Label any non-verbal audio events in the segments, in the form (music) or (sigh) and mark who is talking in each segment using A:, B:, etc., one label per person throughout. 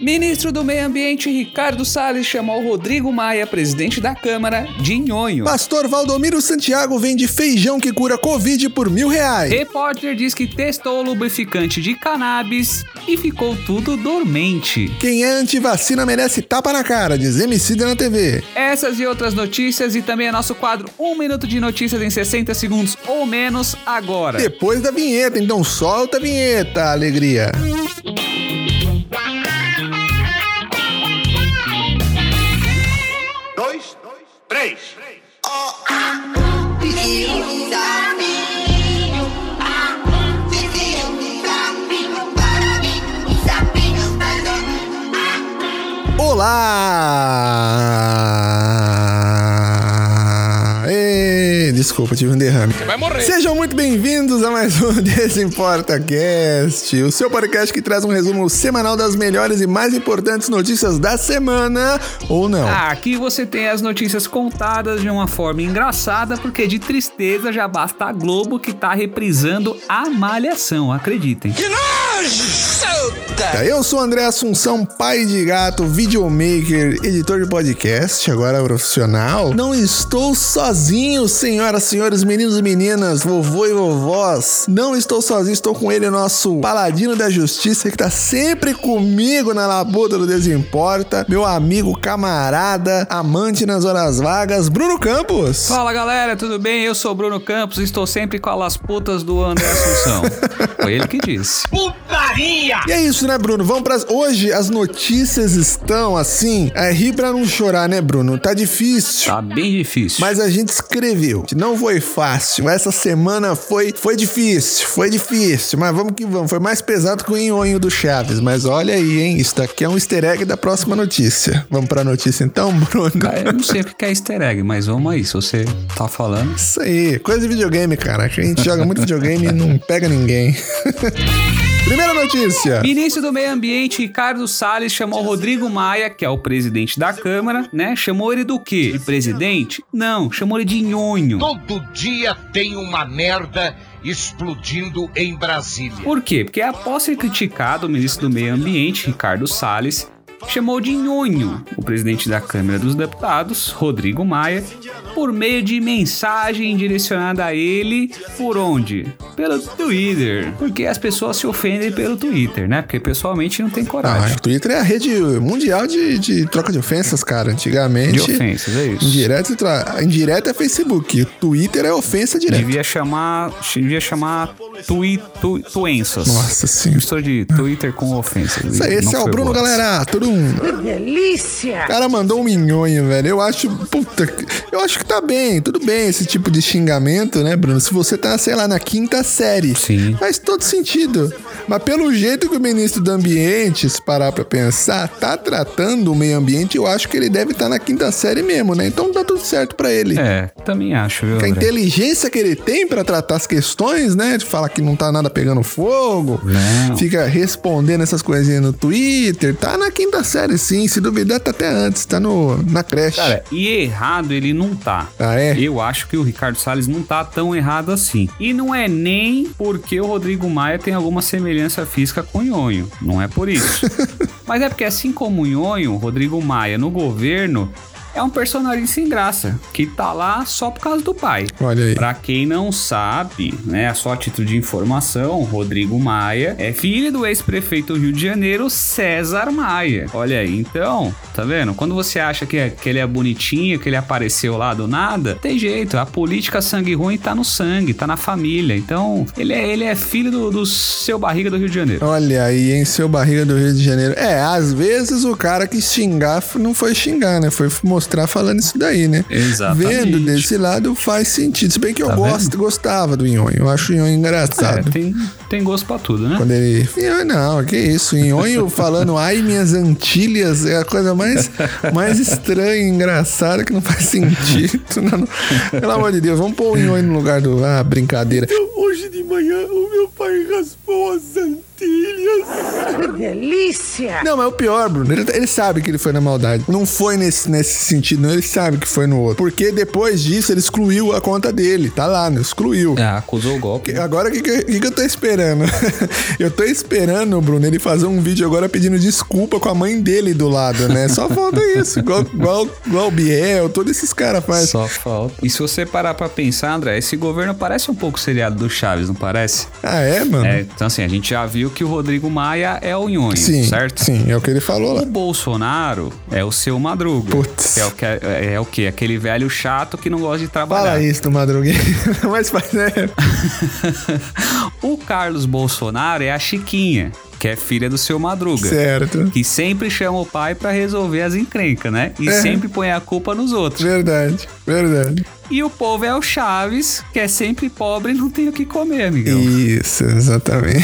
A: Ministro do Meio Ambiente Ricardo Salles chamou Rodrigo Maia, presidente da Câmara, de nhonho.
B: Pastor Valdomiro Santiago vende feijão que cura Covid por mil reais.
A: Repórter diz que testou lubrificante de cannabis e ficou tudo dormente.
B: Quem é antivacina merece tapa na cara, diz Emicida na TV.
A: Essas e outras notícias e também é nosso quadro 1 minuto de notícias em 60 segundos ou menos agora.
B: Depois da vinheta, então solta a vinheta, alegria.
C: dois, três.
D: Vizinho, sapinho, ah, vizinho, sapinho, para mim, sapinho, para mim, ah.
B: Olá! Ê, desculpa, tive um derrame. Você vai morrer. Sejam muito bem-vindos a mais um (laughs) DesimportaCast, o seu podcast que traz um resumo semanal das melhores e mais importantes notícias da semana, ou não.
A: Aqui você tem as notícias contadas de uma forma engraçada, porque de tristeza já basta a Globo que tá reprisando a malhação, acreditem.
B: É, Eu sou o André Assunção, pai de gato, videomaker, editor de podcast, agora profissional. Não estou sozinho, senhoras, senhores, meninos e meninas, vovô e vovós. Não estou sozinho, estou com ele, o nosso paladino da justiça, que tá sempre comigo na labuta do Desimporta. Meu amigo, camarada, amante nas horas vagas, Bruno Campos.
A: Fala galera, tudo bem? Eu sou o Bruno Campos e estou sempre com as putas do André Assunção. Foi ele que disse.
B: E é isso, né, Bruno? Vamos para hoje as notícias estão assim, é rir pra não chorar, né, Bruno? Tá difícil.
A: Tá bem difícil.
B: Mas a gente escreveu. Não foi fácil. Essa semana foi foi difícil, foi difícil, mas vamos que vamos. Foi mais pesado que o nhonho do Chaves, mas olha aí, hein? Isso daqui é um easter egg da próxima notícia. Vamos pra notícia então, Bruno?
A: Ah, Eu não sei porque é easter egg, mas vamos aí, se você tá falando.
B: Isso aí, coisa de videogame, cara. Que a gente joga muito videogame e não pega ninguém. (laughs) Primeira notícia.
A: Ministro do Meio Ambiente, Ricardo Salles, chamou Rodrigo Maia, que é o presidente da Câmara, né? Chamou ele do quê? De presidente? Não, chamou ele de nhonho.
C: Todo dia tem uma merda explodindo em Brasília.
A: Por quê? Porque após ser criticado, o ministro do Meio Ambiente, Ricardo Salles, chamou de nhonho o presidente da Câmara dos Deputados, Rodrigo Maia, por meio de mensagem direcionada a ele por onde? Pelo Twitter. Porque as pessoas se ofendem pelo Twitter, né? Porque pessoalmente não tem
B: Ah,
A: coragem.
B: o Twitter é a rede mundial de, de troca de ofensas, cara. Antigamente.
A: De ofensas, é isso.
B: Indireto, tra... indireto é Facebook. Twitter é ofensa direta.
A: Devia chamar. Devia chamar tui, tu, tuenças.
B: Nossa senhora.
A: Mistura de Twitter com ofensas.
B: Isso aí, esse
A: Não
B: é o
A: foi
B: Bruno,
A: boa.
B: galera. Tudo um. delícia! O cara mandou um minhonho, velho. Eu acho. Puta. que- Eu acho que tá bem, tudo bem esse tipo de xingamento, né, Bruno? Se você tá, sei lá, na quinta série.
A: Sim.
B: Faz todo sentido. Mas pelo jeito que o ministro do Ambiente, se parar pra pensar, tá tratando o meio ambiente, eu acho que ele deve estar na quinta série mesmo, né? Então dá tudo certo pra ele.
A: É, também acho, viu?
B: A
A: André?
B: inteligência que ele tem pra tratar as questões, né? De falar que não tá nada pegando fogo,
A: Não.
B: fica respondendo essas coisinhas no Twitter. Tá na quinta série, sim. Se duvidar, tá até antes, tá no, na creche.
A: Cara, e errado ele não tá.
B: Ah, é?
A: Eu acho que o Ricardo Salles não tá tão errado assim. E não é nem porque o Rodrigo Maia tem alguma semelhança física com o Nhonho. Não é por isso. Mas é porque assim como o Nhonho, o Rodrigo Maia no governo é um personagem sem graça, que tá lá só por causa do pai.
B: Olha aí.
A: Pra quem não sabe, né, só a título de informação, Rodrigo Maia é filho do ex-prefeito do Rio de Janeiro, César Maia. Olha aí, então, tá vendo? Quando você acha que, é- que ele é bonitinho, que ele apareceu lá do nada, tem jeito, a política sangue ruim tá no sangue, tá na família. Então, ele é, ele é filho do, do seu barriga do Rio de Janeiro.
B: Olha aí, hein? Seu barriga do Rio de Janeiro. É, às vezes o cara que xingar f- não foi xingar, né? Foi mostrar falando isso daí, né?
A: Exatamente.
B: Vendo desse lado faz sentido. Se bem que eu
A: Tá
B: gosto, gostava do Nhonho. Eu acho o Nhonho
A: É,
B: engraçado.
A: tem, tem gosto pra tudo, né?
B: Tá Quando ele. Nhonho, não, que isso. Nhonho falando, ai, minhas antilhas, é a coisa mais, mais estranha e engraçada que não faz sentido. (laughs) Não, não. Pelo amor de Deus, vamos pôr o Nhonho no
E: Então,
B: lugar do. Ah, brincadeira.
E: Hoje de manhã o meu pai raspou as antilhas.
B: Não, mas é o pior, Bruno, ele, ele sabe que ele foi na maldade. Não foi nesse, nesse sentido, não. Ele sabe que foi no outro. Porque depois disso, ele excluiu a conta dele. Tá lá, né? Excluiu.
A: Ah, acusou o golpe.
B: Que- Agora, o que, que- que que eu tô esperando? (laughs) eu tô esperando, Bruno, ele fazer um vídeo agora pedindo desculpa com a mãe dele do lado, né? Só falta isso. Igual, igual, igual o Biel, todos esses caras fazem.
A: Só falta. E se você parar pra pensar, André, esse governo parece um pouco o seriado do Chaves, não parece?
B: Ah, é, mano?
A: É, então assim, a gente já viu que o Rodrigo Maia é o Nhonho,
B: sim,
A: certo?
B: sim, é o que ele falou lá.
A: O Bolsonaro é o seu Madruga.
B: Putz.
A: Que é o que é, é o quê? Aquele velho chato que não gosta de trabalhar.
B: Fala isso do Madruguinha. (laughs) Mas faz, né?
A: (laughs) o Carlos Bolsonaro é a Chiquinha, que é filha do seu Madruga.
B: é Certo.
A: Que sempre chama o pai pra resolver as encrencas, né? E
B: É.
A: sempre põe a culpa nos outros.
B: Verdade, verdade.
A: E o povo é o Chaves, que é sempre pobre e não tem o que comer, amigão.
B: Isso, exatamente.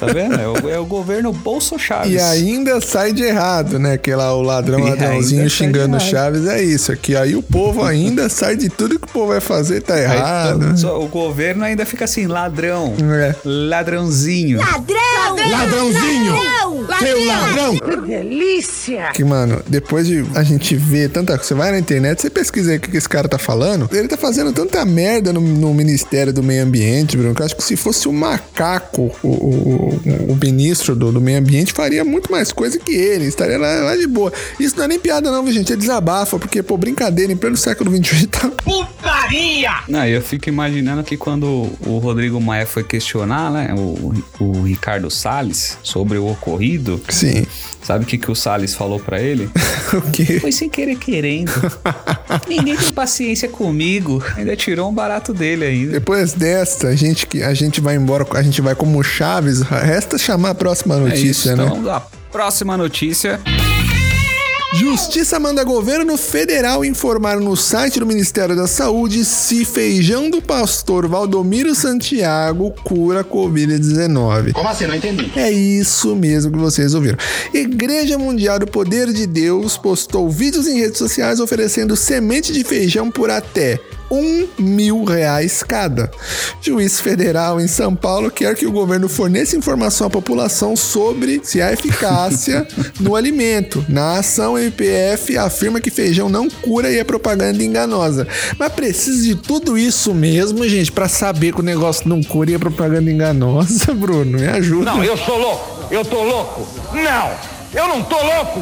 A: Tá vendo? É o, é o governo Bolso Chaves.
B: E ainda sai de errado, né? Que lá o ladrão,
A: E
B: ladrãozinho
A: ainda sai
B: xingando o
A: de errado.
B: Chaves, é isso. Aqui aí o povo ainda sai de tudo que o povo vai fazer, tá
A: Aí,
B: errado.
A: só- só o governo ainda fica assim, ladrão.
B: É.
A: Ladrãozinho.
E: Ladrão!
B: Ladrãozinho! Seu É, ladrão!
E: Delícia!
B: Que, mano, depois de a gente ver tanta coisa, você vai na internet, você pesquisa aí o que que esse cara tá falando, ele tá fazendo tanta merda no, no Ministério do Meio Ambiente, Bruno, que eu acho que se fosse o macaco, o, o- o- o ministro do, do Meio Ambiente, faria muito mais coisa que ele, estaria lá, lá de boa. Isso não é nem piada não, viu, gente, é desabafa, porque, pô, brincadeira, em pleno século XXI tá...
C: Putaria!
A: Não, eu fico imaginando que quando o Rodrigo Maia foi questionar, né, o, o Ricardo Salles sobre o ocorrido,
B: Sim, (laughs)
A: sabe o que, que o Salles falou pra ele?
B: o quê?
A: Foi sem querer querendo. Ninguém tem paciência comigo. Ainda tirou um barato dele ainda.
B: Depois desta, a gente, que- a gente vai embora, a gente vai como Chaves, resta chamar a próxima
A: É isso,
B: notícia, né?
A: então, a próxima notícia.
B: Justiça manda governo federal informar no site do Ministério da Saúde se feijão do pastor Valdomiro Santiago cura Covid-19.
F: Como assim? Não entendi.
B: É isso mesmo que vocês ouviram. Igreja Mundial do Poder de Deus postou vídeos em redes sociais oferecendo semente de feijão por até um mil reais cada. Juiz federal em São Paulo quer que o governo forneça informação à população sobre se há eficácia no alimento. Na ação, o MPF afirma que feijão não cura e é propaganda enganosa. Mas precisa de tudo isso mesmo, gente, pra saber que o negócio não cura e é propaganda enganosa, (laughs) Bruno. Me ajuda.
G: Não, eu sou louco. Eu tô louco. Não, eu não tô louco.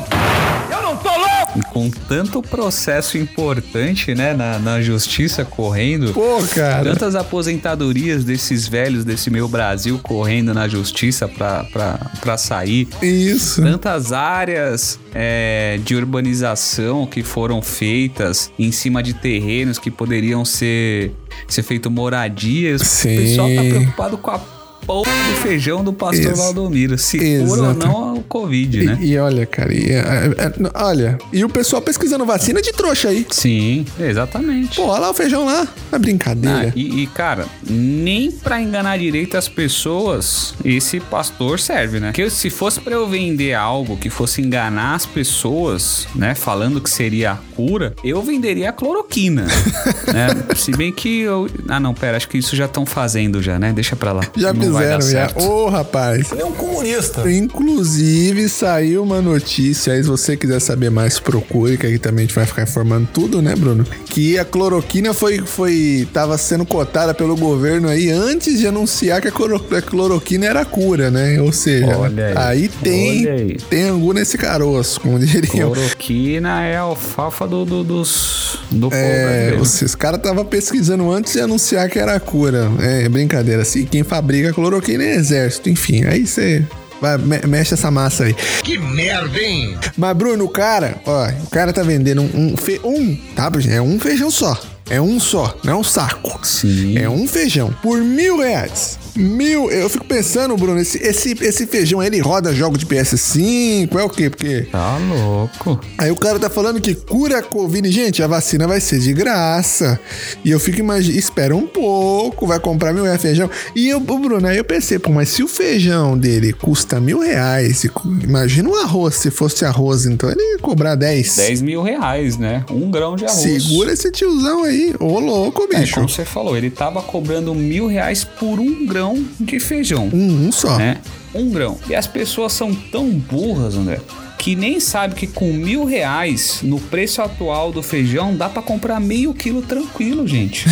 G: Eu não tô louco.
A: Com tanto processo importante, né, na, na justiça correndo.
B: Pô, cara.
A: Tantas aposentadorias desses velhos desse meu Brasil correndo na justiça pra, pra, pra sair.
B: Isso.
A: Tantas áreas é, de urbanização que foram feitas em cima de terrenos que poderiam ser, ser feito moradias.
B: Sim.
A: O pessoal tá preocupado com a porra do feijão do pastor
B: Ex-
A: Valdomiro. Se cura ou
B: exato.
A: não o Covid,
B: E,
A: né?
B: e olha, cara, e, é, é, é, olha, e o pessoal pesquisando vacina de trouxa aí.
A: Sim, exatamente.
B: Pô, olha lá o feijão lá. É
A: Ah,
B: brincadeira.
A: e, e, cara, nem pra enganar direito as pessoas, esse pastor serve, né? Porque se fosse pra eu vender algo que fosse enganar as pessoas, né? Falando que seria a cura, eu venderia a
B: (laughs)
A: cloroquina. né? Se bem que eu. Ah, não, pera, acho que isso já estão fazendo já, né? Deixa pra lá.
B: já
A: não vai dar
B: fizeram, já.
A: certo.
B: Ô, rapaz.
H: É um comunista.
B: Inclusive, saiu uma notícia aí. Se você quiser saber mais, procure, que aqui também a gente vai ficar informando tudo, né, Bruno? Que a cloroquina foi, foi tava sendo cotada pelo governo aí antes de anunciar que a cloro- a cloroquina era a cura, né? Ou seja,
A: Olha aí.
B: aí. tem,
A: Olha aí.
B: tem angu nesse caroço, como diriam.
A: Cloroquina é a alfafa do, do, dos, do povo
B: É,
A: brasileiro.
B: os, os caras estavam pesquisando antes de anunciar que era a cura. É brincadeira. Assim, quem fabrica cloroquina é exército, enfim. Aí você. Vai, me- mexe essa massa aí.
C: Que merda, hein?
B: Mas, Bruno, o cara, ó, o cara tá vendendo um, um, fe, um tá, gente? É um feijão só. É um só, não é um saco.
A: Sim.
B: É um feijão por mil reais. Mil. Eu fico pensando, Bruno, esse, esse, esse feijão ele roda jogo de PS5, é o quê? Porque
A: Tá louco.
B: Aí o cara tá falando que cura a Covid. Gente, a vacina vai ser de graça. E eu fico imaginando, espera um pouco, vai comprar mil reais feijão. E eu, ô, Bruno, aí eu pensei, pô, mas se o feijão dele custa mil reais, e cu- imagina o arroz, se fosse arroz, então ele ia cobrar 10.
A: 10 mil reais, né? Um grão de arroz.
B: Segura esse tiozão aí. Ô, louco,
A: É,
B: bicho.
A: como você falou, ele tava cobrando mil reais por um grão de feijão,
B: um, um só.
A: né? um grão. E as pessoas são tão burras, André, que nem sabe que com mil reais no preço atual do feijão dá pra comprar meio quilo tranquilo,
B: (laughs)
A: gente.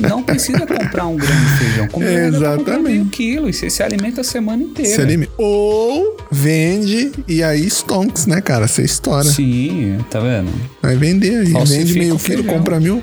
A: Não precisa comprar um grão de feijão. Com mil reais dá pra comprar
B: Exatamente.
A: meio quilo e você se alimenta a semana inteira.
B: Se anime. Ou vende e aí stonks, né, cara? Você estoura.
A: Sim, tá vendo?
B: Vai vender aí.
A: Falsifica
B: Vende meio
A: o
B: quilo,
A: feijão.
B: compra mil,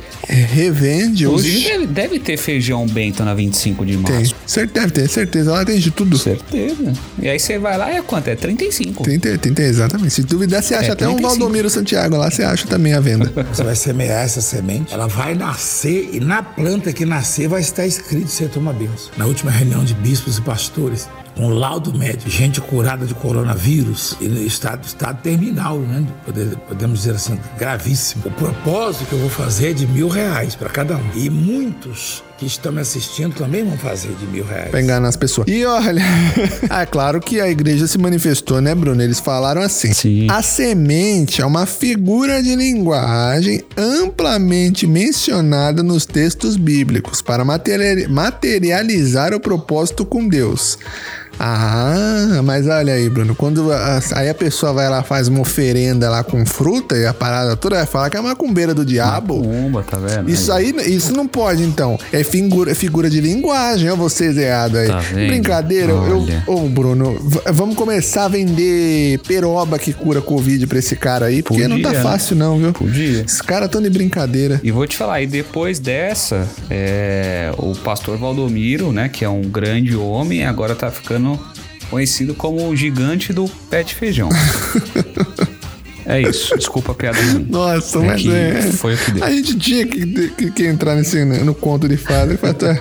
B: revende.
A: Inclusive
B: oxe.
A: deve, deve ter feijão bento na 25 de
B: Tem.
A: março.
B: Cer- Deve ter certeza. Ela tem de tudo.
A: Certeza. E aí você vai lá e é quanto? É 35.
B: 30, 30, exatamente. Se duvidar, você acha
A: É,
B: até um
A: 35.
B: Valdomiro Santiago lá, você acha também a venda.
F: Você vai semear essa semente, ela vai nascer e na planta que nascer vai estar escrito você toma benção. Na última reunião de bispos e pastores, com laudo médico, gente curada de coronavírus e no estado, estado terminal, né? Pode- Podemos dizer assim, gravíssimo. O propósito que eu vou fazer é de mil reais para cada um. E muitos que estão me assistindo também vão fazer de mil reais.
B: Pra enganar as pessoas. E olha, (laughs) ah, é claro que a igreja se manifestou, né, Bruno? Eles falaram assim:
A: Sim.
B: a semente é uma figura de linguagem amplamente mencionada nos textos bíblicos para materi- materializar o propósito com Deus. Ah, mas olha aí, Bruno, quando a- a- aí a pessoa vai lá faz uma oferenda lá com fruta e a parada toda, vai falar que é macumbeira do diabo.
A: Bomba, tá vendo?
B: Isso aí, isso não pode, então. É figura, é figura de linguagem, ó, vocês errado aí.
A: Tá vendo?
B: Brincadeira, eu.
A: Olha.
B: Ô, Bruno, v- vamos começar a vender peroba que cura Covid pra esse cara aí, porque não
A: Podia,
B: tá
A: né?
B: fácil, não, viu?
A: Podia.
B: Esses caras tão de brincadeira.
A: E vou te falar, e depois dessa, é, o pastor Valdomiro, né, que é um grande homem, agora tá ficando conhecido como o gigante do pé de
B: (laughs)
A: feijão. é isso, desculpa a piada. ruim.
B: Nossa,
A: É
B: mas
A: que
B: é.
A: foi o que deu.
B: A gente tinha que, que- que entrar nesse, né, no conto de fada. e
A: (laughs)
B: falar, tá,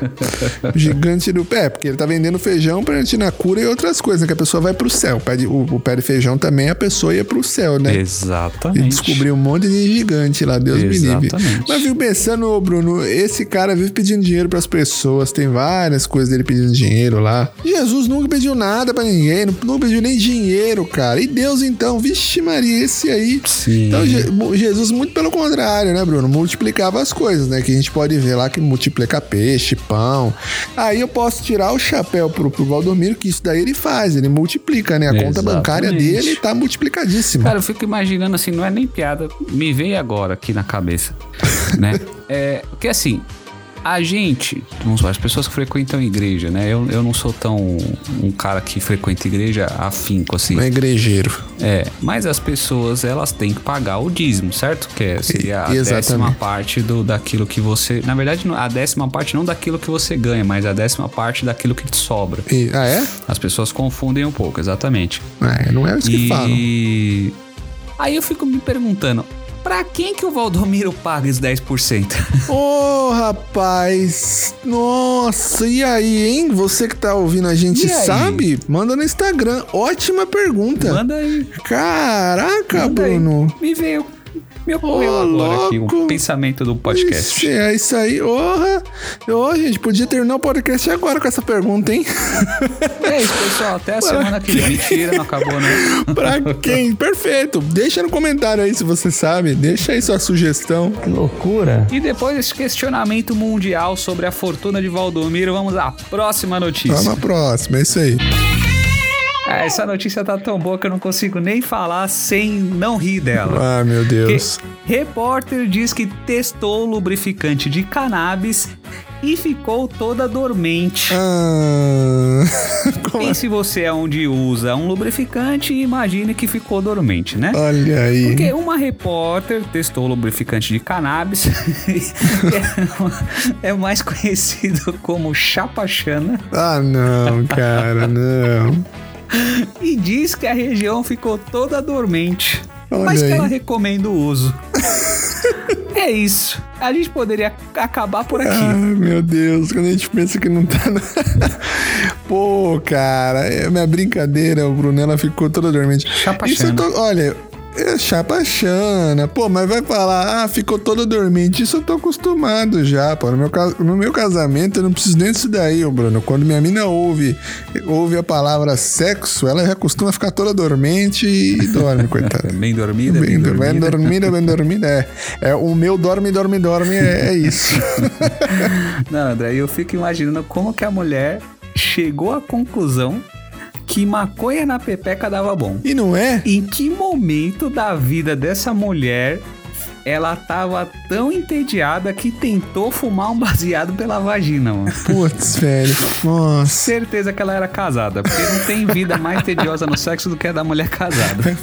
B: Gigante do pé, porque ele tá vendendo feijão pra gente na cura e outras coisas, né? Que a pessoa vai pro céu. O pé de, o, o pé de feijão também, a pessoa ia pro céu, né? E
A: Exatamente.
B: descobriu um monte de gigante lá, Deus me livre.
A: Exatamente.
B: Mas eu fico pensando, ô, Bruno, esse cara vive pedindo dinheiro pras pessoas, tem várias coisas dele pedindo dinheiro lá. Jesus nunca pediu nada pra ninguém, não- não pediu nem dinheiro, cara. E Deus então, vixe Maria, esse aí.
A: Sim.
B: Então, Je- mu- Jesus, muito pelo contrário, né, Bruno? Multiplicava as coisas, né? Que a gente pode ver lá que multiplica peixe, pão. Aí eu posso tirar o chapéu pro, pro Valdomiro, que isso daí ele faz, ele multiplica, né? A conta
A: Exatamente.
B: bancária dele tá multiplicadíssima.
A: Cara, eu fico imaginando assim, não é nem piada, me veio agora aqui na
B: (laughs)
A: cabeça, né? É, porque assim, a gente, vamos lá, as pessoas que frequentam igreja, né? Eu, eu não sou tão um cara que frequenta igreja afinco, assim.
B: Não é igrejeiro.
A: É, mas as pessoas elas têm que pagar o dízimo, certo? Que é, seria a
B: Exatamente.
A: décima parte do, daquilo que você. Na verdade, não- a décima parte não daquilo que você ganha, mas a décima parte daquilo que te sobra.
B: E- ah, é?
A: As pessoas confundem um pouco, exatamente.
B: Ah, não é isso que falam.
A: E. Aí eu fico me perguntando. Pra quem que o Valdomiro paga esses
B: (laughs)
A: 10%?
B: Ô, rapaz! Nossa, e aí, hein? Você que tá ouvindo a gente
A: E aí?
B: sabe? Manda no Instagram. Ótima pergunta.
A: Manda aí.
B: Caraca,
A: manda aí.
B: Tá Bruno.
A: Me veio. Me ocorreu
B: Ô,
A: agora aqui
B: louco.
A: o pensamento do podcast.
B: Ixi, é isso aí. Porra! Ô, gente, podia terminar o podcast agora com essa pergunta, hein? (laughs)
A: É isso, pessoal. Até a semana que vem. Mentira, não acabou, né?
B: (laughs) pra quem? Perfeito. Deixa no comentário aí se você sabe. Deixa aí sua sugestão.
A: E depois desse questionamento mundial sobre a fortuna de Valdomiro, vamos à próxima
B: Vamos
A: notícia.
B: à próxima, é isso aí.
A: Ah, essa notícia tá tão boa que eu não consigo nem falar sem não rir dela.
B: Ah, meu
A: Que
B: Deus.
A: repórter diz que testou lubrificante de cannabis e ficou toda dormente.
B: Ah, (laughs) como
A: Pense você é onde usa um lubrificante e imagine que ficou dormente, né?
B: Olha aí.
A: Porque uma repórter testou lubrificante de cannabis, (laughs) que é, é mais conhecido como chapachana,
B: Ah, não, cara, não.
A: e diz que a região ficou toda dormente,
B: Olha
A: mas que
B: aí.
A: ela recomenda o (laughs) uso. é isso. A gente poderia acabar por
B: Ai,
A: aqui.
B: Ah, meu Deus, quando a gente pensa que não tá. nada. (laughs) Pô, cara, é minha brincadeira, o Bruno, ela ficou toda dormente.
A: Chapa
B: Isso eu
A: Xana.
B: tô. Olha. É chapa chana, pô, mas vai falar, ah, ficou todo dormente. Isso eu tô acostumado já, pô. No meu, ca- no meu casamento eu não preciso nem disso daí, ô Bruno. Quando minha mina ouve, ouve a palavra sexo, ela já costuma ficar toda dormente e (laughs) dorme, coitada.
A: Ah, Bem dormida,
B: Bem,
A: bem, dormida.
B: bem dormida, bem dormida, é. É o meu dorme, dorme, dorme, é,
A: (laughs)
B: é isso.
A: Não, André, eu fico imaginando como que a mulher chegou à conclusão que maconha na pepeca dava bom.
B: E não é?
A: Em que momento da vida dessa mulher ela tava tão entediada que tentou fumar um baseado pela vagina, mano?
B: Putz, velho. Nossa. (laughs)
A: Certeza que ela era casada, porque não tem vida mais tediosa no sexo do que a da mulher casada.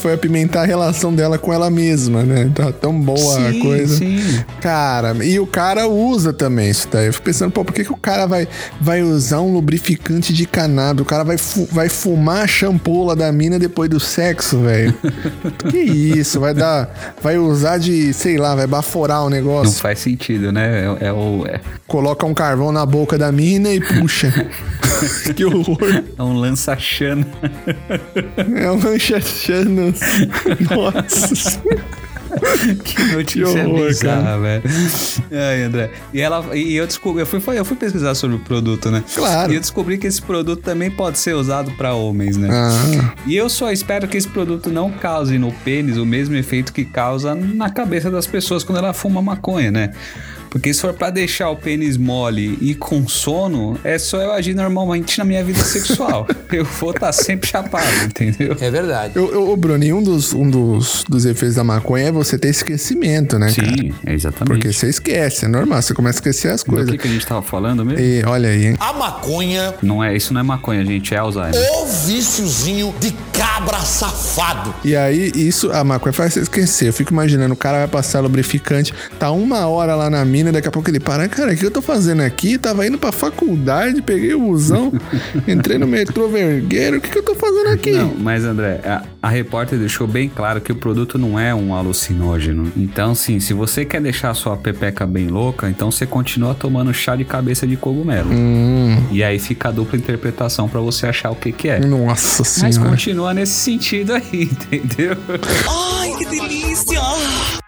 B: Foi apimentar a relação dela com ela mesma, né? Tá tão boa a coisa.
A: sim.
B: Cara, e o cara usa também isso daí. Eu fico pensando, pô, por que, que o cara vai, vai usar um lubrificante de cannabis? O cara vai, fu- vai fumar a champola da mina depois do sexo, velho. (laughs) que isso? Vai dar. Vai usar de, sei lá, vai baforar
A: Não
B: o negócio.
A: faz sentido, né? É, é o, é-
B: Coloca um carvão na boca da mina
A: (laughs)
B: e puxa. que horror.
A: é um lança-chana.
B: É um lanchachanas. Nossa.
A: Que (laughs) notícia
B: horror,
A: bizarra, velho. Ai, André. E, ela, e eu descobri, eu fui, eu fui pesquisar sobre o produto, né?
B: Claro.
A: E eu descobri que esse produto também pode ser usado pra homens, né?
B: Ah,
A: E eu só espero que esse produto não cause no pênis o mesmo efeito que causa na cabeça das pessoas quando ela fuma maconha, né? Porque se for pra deixar o pênis mole e com sono, é só eu agir normalmente na minha vida
B: (laughs)
A: sexual. eu vou estar sempre chapado, entendeu?
H: É verdade.
B: eu, eu, ô, Bruno, e um, dos, um dos, dos efeitos da maconha é você ter esquecimento, né, cara?
A: é exatamente.
B: Porque você esquece, é normal, você começa a esquecer as
A: Do
B: coisas.
A: que, que a gente tava falando mesmo?
B: E olha aí, hein?
H: A maconha,
A: Não é, isso não é maconha, gente, é Alzheimer.
H: o viciozinho de cabra safado.
B: E aí, isso, a maconha faz você esquecer. Eu fico imaginando, o cara vai passar lubrificante, tá uma hora lá na mina, daqui a pouco ele para, cara, o que eu tô fazendo aqui? Tava indo pra faculdade, peguei o busão, entrei no metrô vergueiro, o que, que eu tô fazendo aqui?
A: Não, mas André, a, a repórter deixou bem claro que o produto não é um alucinógeno. Então, sim, se você quer deixar a sua pepeca bem louca, então você continua tomando chá de cabeça de cogumelo.
B: Hum.
A: E aí fica a dupla interpretação pra você achar o que que é.
B: Nossa
A: Mas
B: senhora.
A: continua nesse sentido aí, (laughs) entendeu?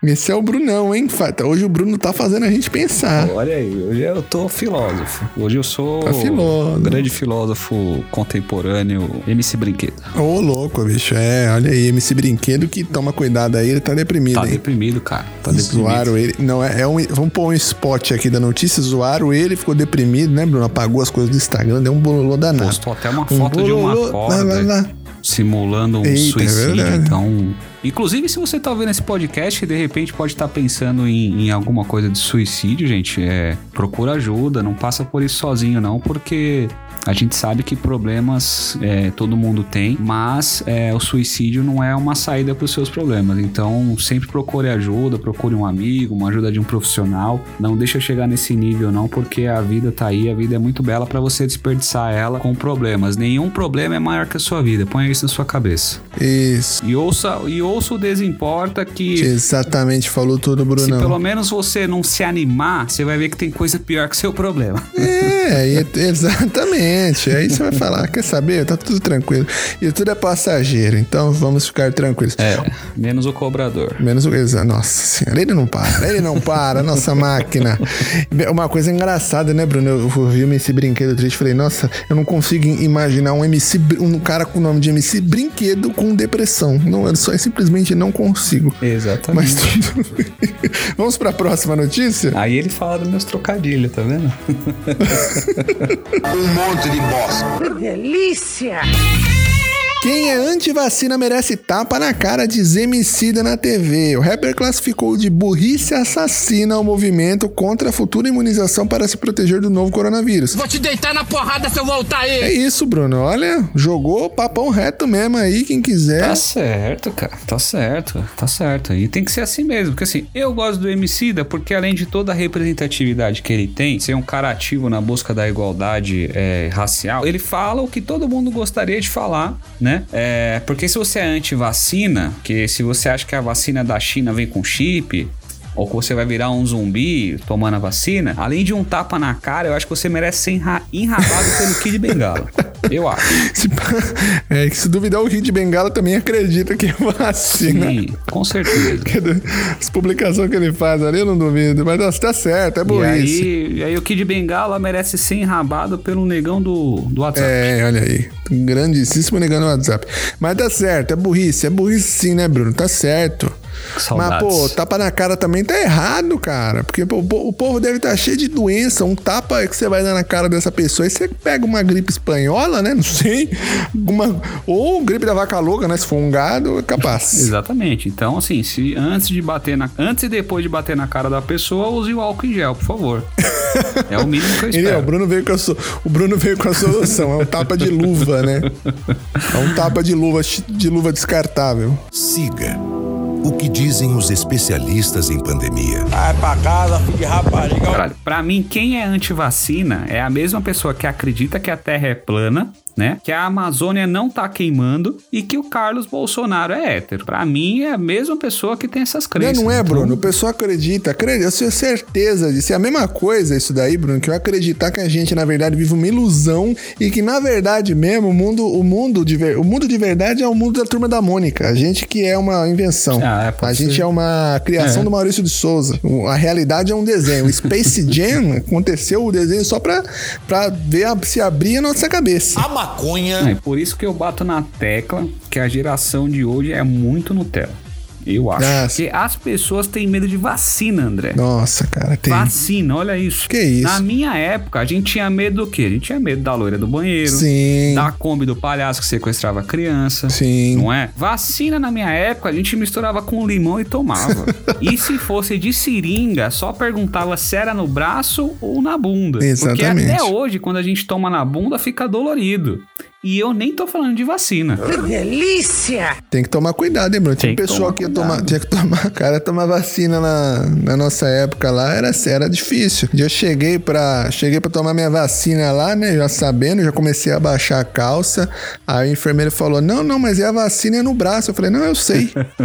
B: Esse é o Brunão, hein? Fa- Hoje o Bruno tá fazendo a gente pensar.
A: Olha aí, hoje eu tô filósofo. Hoje eu sou
B: Tá filósofo.
A: grande filósofo contemporâneo MC Brinquedo. Tá
B: Ô, louco, bicho. É, olha aí, MC Brinquedo que toma cuidado aí, ele tá deprimido,
A: Tá
B: hein?
A: deprimido, cara. Tá deprimido.
B: Zoaram ele. Não, é, é um. Vamos pôr um spot aqui da notícia. Zoaram ele, ficou deprimido, né, Bruno? Apagou as coisas do Instagram, deu um bololô danado.
A: Postou até uma
B: Um
A: foto de uma
B: bololô-
A: corda.
B: lá, lá, lá.
A: simulando um
B: Eita, é
A: suicídio.
B: verdade.
A: então, inclusive, se você tá ouvindo esse podcast e de repente pode estar pensando em, em alguma coisa de suicídio, gente, é, procura ajuda, não passa por isso sozinho, não, porque a gente sabe que problemas é, todo mundo tem, mas é, o suicídio não é uma saída para os seus problemas. Então, sempre procure ajuda, procure um amigo, uma ajuda de um profissional. Não deixa chegar nesse nível, não, porque a vida tá aí, a vida é muito bela para você desperdiçar ela com problemas. Nenhum problema é maior que a sua vida. Ponha isso na sua cabeça.
B: Isso.
A: E ouça, e ouça o Desimporta que.
B: Exatamente, falou tudo,
A: Se pelo
B: Brunão.
A: menos você não se animar, você vai ver que tem coisa pior que seu problema.
B: É, e- exatamente. Aí você vai falar, quer saber? Tá tudo tranquilo. E tudo é passageiro, então vamos ficar tranquilos.
A: É. Menos o cobrador.
B: Menos o Exa. Nossa senhora, ele não para, ele não para, nossa máquina. Uma coisa engraçada, né, Bruno? Eu ouvi o MC Brinquedo triste e falei, nossa, eu não consigo imaginar um MC, br- um cara com o nome de MC Brinquedo com depressão. Não, eu só, eu simplesmente não consigo. Mas (laughs)
A: Exatamente.
B: tudo bem. Vamos pra próxima notícia?
A: Aí ele fala dos meus trocadilhos, tá vendo?
E: Que delícia!
B: Quem é antivacina merece tapa na cara de Zemicida na TV. O rapper classificou de burrice assassina o movimento contra a futura imunização para se proteger do novo coronavírus.
I: Vou te deitar na porrada se eu voltar aí.
B: É isso, Bruno. Olha, jogou papão reto mesmo aí, quem quiser.
A: Tá certo, cara. Tá certo. Tá certo. E tem que ser assim mesmo. Porque assim, eu gosto do Emicida porque além de toda a representatividade que ele tem, ser um cara ativo na busca da igualdade é, racial, ele fala o que todo mundo gostaria de falar, né? É, porque se você é anti-vacina, que se você acha que a vacina da China vem com chip... Ou que você vai virar um zumbi tomando a vacina, além de um tapa na cara, eu acho que você merece ser enra- enrabado pelo Kid Bengala. Eu acho.
B: Se (laughs) pá- É que se duvidar, o Rio de Bengala também acredita que é vacina. é
A: Sim, com certeza.
B: As publicações que ele faz ali, eu não duvido. Mas nossa, tá certo, é
A: E
B: burrice.
A: aí, e aí o Kid Bengala merece ser enrabado pelo negão do, do WhatsApp.
B: É, olha aí. Grandíssimo negando o WhatsApp. Mas tá certo, é burrice. É burrice sim, né, Bruno? Tá certo. Mas,
A: Saudades.
B: pô, tapa na cara também tá errado, cara. Porque pô, o po- o povo deve estar cheio de doença. Um tapa que você vai dar na cara dessa pessoa e você pega uma gripe espanhola, né? Não sei. Alguma... Ou gripe da vaca louca, né? Se for um gado,
A: (laughs)
B: é capaz.
A: Exatamente. Então, assim, se antes de bater na. Antes e depois de bater na cara da pessoa, use o álcool em gel, por
B: (laughs)
A: favor. É o mínimo que eu
B: Ele, ó, o
A: espero.
B: Bruno veio com a so- o Bruno veio com a solução. É um tapa de luva, né? É um tapa de luva, de luva descartável.
J: Siga o que dizem os especialistas em pandemia.
G: Vai pra casa, filho de rapariga.
A: Caralho, pra mim, quem é antivacina é a mesma pessoa que acredita que a Terra é plana, né? Que a Amazônia não tá queimando e que o Carlos Bolsonaro é hétero. Pra mim, é a mesma pessoa que tem essas
B: Não,
A: crenças.
B: não é,
A: Então,
B: Bruno. O pessoal acredita, acredita. Eu tenho certeza disso. É a mesma coisa isso daí, Bruno, que eu acreditar que a gente, na verdade, vive uma ilusão e que, na verdade mesmo, o mundo, o mundo, de, ver- o mundo de verdade é o mundo da turma da Mônica. A gente que é uma invenção.
A: Ah, é, pode
B: a gente
A: ser.
B: é uma criação
A: É.
B: do Maurício de Souza. O- A realidade é um desenho. O
A: (laughs)
B: Space Jam aconteceu o desenho só pra, pra ver a- se abrir a nossa cabeça.
H: A maconha
A: É por isso que eu bato na tecla que a geração de hoje é muito Nutella. Eu acho.
B: Ah,
A: Porque as pessoas têm medo de vacina, André.
B: Nossa, cara, tem.
A: Vacina, olha isso.
B: Que isso?
A: Na minha época, a gente tinha medo do quê? A gente tinha medo da loira do banheiro.
B: Sim.
A: Da Kombi do palhaço que sequestrava criança.
B: Sim.
A: Não é? Vacina na minha época a gente misturava com limão e
B: (laughs)
A: tomava. e se fosse de seringa, só perguntava se era no braço ou na bunda.
B: Exatamente.
A: Porque até hoje, quando a gente toma na bunda, fica dolorido. E eu nem tô falando de
B: (laughs)
A: vacina.
E: Delícia!
B: Tem que tomar cuidado, hein, Bruno? Tinha
A: Tem que
B: pessoal
A: tomar
B: que ia
A: cuidado.
B: tomar, tinha que tomar, (laughs) cara, tomar vacina na, na nossa época lá era, era difícil. Eu cheguei pra, cheguei pra tomar minha vacina lá, né, já sabendo, já comecei a baixar a calça. Aí o enfermeiro falou: "Não, não, mas é a vacina é no braço". Eu falei: "Não, eu sei". (laughs)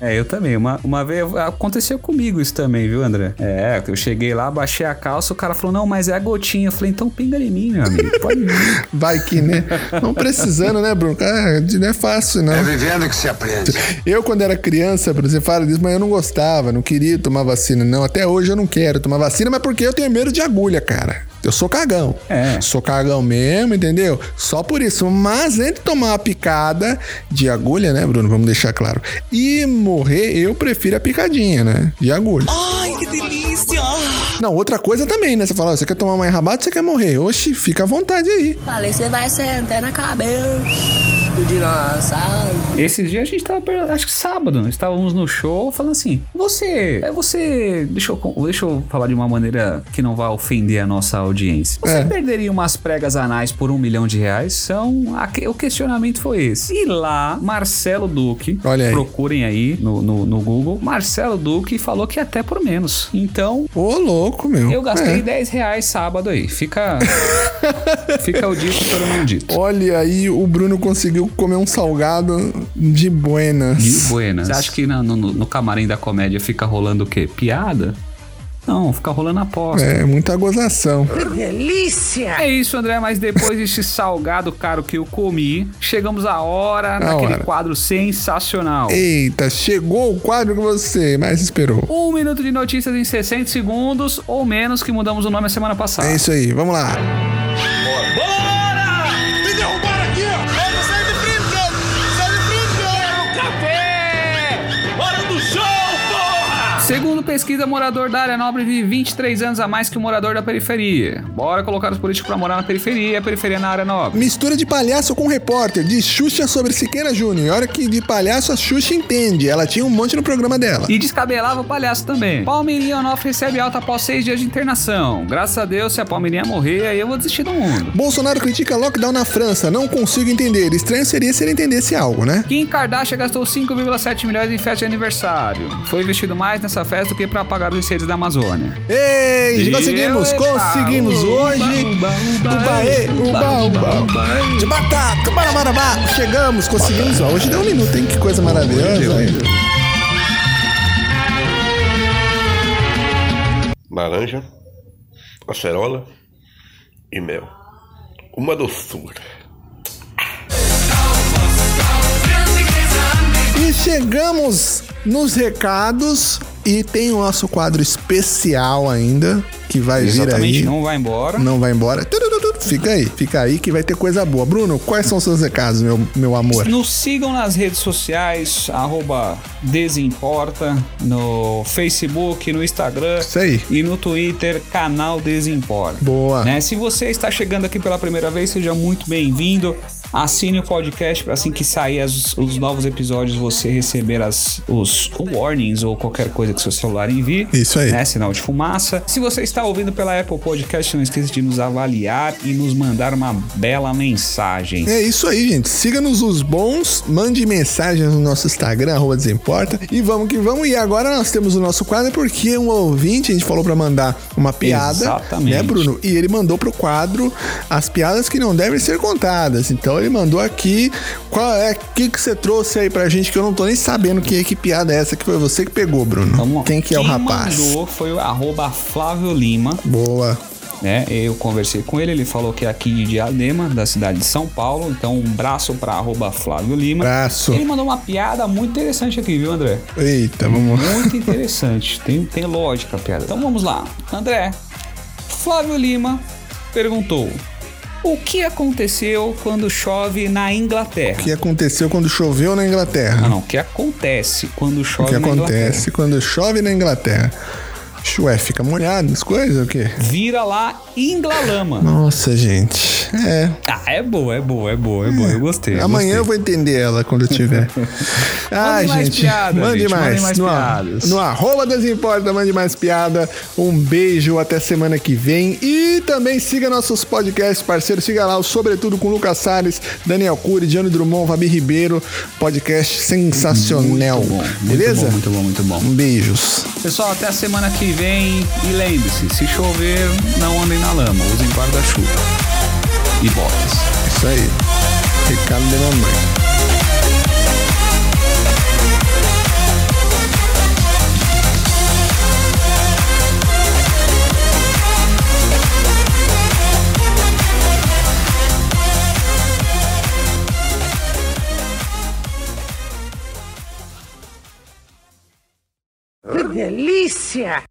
A: É, eu também. Uma, uma vez aconteceu comigo isso também, viu, André? É, eu cheguei lá, baixei a calça, o cara falou, não, mas é a gotinha. Eu falei, então pinga em mim, meu amigo. Pode ir.
B: Vai que, né? Não precisando, né, Bruno? Cara, não é fácil, não.
C: vivendo que se aprende.
B: Eu, quando era criança, Bruno, você fala disso, mas eu não gostava, não queria tomar vacina, não. Até hoje eu não quero tomar vacina, mas porque eu tenho medo de agulha, cara. Eu sou cagão.
A: É.
B: Sou cagão mesmo, entendeu? Só por isso. Mas entre tomar uma picada de agulha, né, Bruno? Vamos deixar claro. E morrer, eu prefiro a picadinha, né? De agulha.
D: Ai, que delícia!
B: Não, outra coisa também, né? Você fala, ó, você quer tomar uma enrabada, você quer morrer. Oxi, fica à vontade aí.
D: Falei, você vai sentar na cabeça do dinossauro.
A: Esses dias a gente tava, per- acho que sábado, nós estávamos no show falando assim, você, é você, deixa eu, con- deixa eu falar de uma maneira que não vá ofender a nossa audiência. Você
B: É.
A: perderia umas pregas anais por um milhão de reais? São, a que- o questionamento foi esse. E lá, Marcelo Duque,
B: Olha aí.
A: procurem aí no, no, no Google, Marcelo Duque falou que é até por menos. Então,
B: Ô, louco, meu.
A: eu gastei
B: É.
A: 10 reais sábado aí, fica, (laughs) fica o dito pelo maldito.
B: Olha aí, o Bruno conseguiu comer um salgado de buenas.
A: De buenas. Você acha que na- no, no camarim da comédia fica rolando o quê? Piada? Não, fica rolando aposta.
B: É, muita gozação.
E: Delícia!
A: É. isso, André, mas depois
B: (laughs)
A: desse salgado caro que eu comi, chegamos à hora daquele
B: hora.
A: quadro sensacional.
B: Eita, chegou o quadro que você mais esperou.
A: Um minuto de notícias em 60 segundos ou menos, que mudamos o nome a semana passada.
B: É isso aí, vamos lá.
G: um
A: Segundo pesquisa, morador da área nobre vive 23 anos a mais que o morador da periferia. Bora colocar os políticos pra morar na periferia e a periferia na área nobre.
B: Mistura de palhaço com repórter, de Xuxa sobre Siqueira Júnior. E Olha que de palhaço a Xuxa entende. Ela tinha um monte no programa dela.
A: E descabelava o palhaço também. Palmeirinha Onofre recebe alta após seis dias de internação. Graças a Deus, se a Palmeirinha morrer, aí eu vou desistir do mundo.
B: Bolsonaro critica lockdown na França. Não consigo entender. Estranho seria se ele entendesse algo, né?
A: Kim Kardashian gastou 5,7 milhões em festa de aniversário. Foi investido mais nessa festa do que para pagar os incêndios da Amazônia.
B: Ei,
A: E
B: conseguimos,
A: eu, epa,
B: conseguimos
A: uba,
B: hoje.
A: uba, uba,
B: Uba, e, uba,
A: uba,
B: uba.
A: uba, e.
B: De batata, barabarabá. Chegamos, conseguimos. Ó, hoje deu um minuto, hein? Que coisa
A: um
B: maravilhosa. hein?
K: laranja, acerola e mel. Uma doçura.
B: E chegamos nos recados e tem o nosso quadro especial ainda que vai vir
A: Exatamente,
B: aí.
A: não vai embora.
B: Não vai embora. Turururu. Fica aí, fica aí que vai ter coisa boa. Bruno, quais são os seus recados, meu, meu amor?
A: Nos sigam nas redes sociais, arroba Desimporta, no Facebook, no Instagram
B: Isso aí.
A: e no Twitter, canal Desimporta.
B: Boa.
A: Né? Se você está chegando aqui pela primeira vez, seja muito bem-vindo. Assine o podcast para assim que sair as- os novos episódios você receber as, os warnings ou qualquer coisa que seu celular envie.
B: Isso aí.
A: Né? Sinal de fumaça. Se você está ouvindo pela Apple Podcast, não esqueça de nos avaliar e nos mandar uma bela mensagem.
B: É isso aí, gente. Siga-nos os bons, mande mensagens no nosso Instagram, arroba desimporta. E vamos que vamos. E agora nós temos o nosso quadro, porque um ouvinte, a gente falou pra mandar uma piada.
A: Exatamente.
B: Né, Bruno? E ele mandou pro quadro as piadas que não devem ser contadas. Então ele mandou aqui. Qual é? O que, que você trouxe aí pra gente? Que eu não tô nem sabendo que, que piada é essa, que foi você que pegou, Bruno.
A: Vamos lá.
B: Quem que é o rapaz?
A: mandou foi o arroba Flávio Lima,
B: Boa.
A: né? Eu conversei com ele, ele falou que é aqui de Diadema, da cidade de São Paulo. Então, um braço pra arroba Flávio Lima.
B: Abraço.
A: Ele mandou uma piada muito interessante aqui, viu, André?
B: Eita, vamos lá.
A: Muito interessante. (laughs) tem, tem lógica a piada. Então vamos lá. André, Flávio Lima perguntou: O que aconteceu quando chove na Inglaterra?
B: O que aconteceu quando choveu na Inglaterra?
A: Ah, não, o que acontece quando
B: O
A: chove
B: que
A: na Inglaterra?
B: acontece quando chove na Inglaterra? Ué, fica molhado as coisas ou o quê?
A: Vira lá Inglalama.
B: Nossa, gente. É.
A: Ah, é boa, é boa, é boa, é boa. Eu gostei. eu
B: Amanhã eu
A: gostei.
B: vou entender ela quando eu
A: (laughs)
B: tiver. Ai,
A: Mande mais piada,
B: mande
A: gente,
B: mais.
A: mandem mais
B: no,
A: piadas.
B: no arroba Desimporta, mande mais piada. Um beijo, até semana que vem. E também siga nossos podcasts, parceiros. Siga lá, o Sobretudo com Lucas Salles, Daniel Cury, Diano Drummond, Fabi Ribeiro. Podcast sensacional.
A: Muito bom, muito
B: beleza?
A: bom, muito bom, muito bom.
B: Beijos.
A: Pessoal, até a semana que vem. E lembre-se: se chover, não andem na lama. Usem guarda-chuva e botas.
B: Isso aí. Recado da mamãe.
E: Que delícia!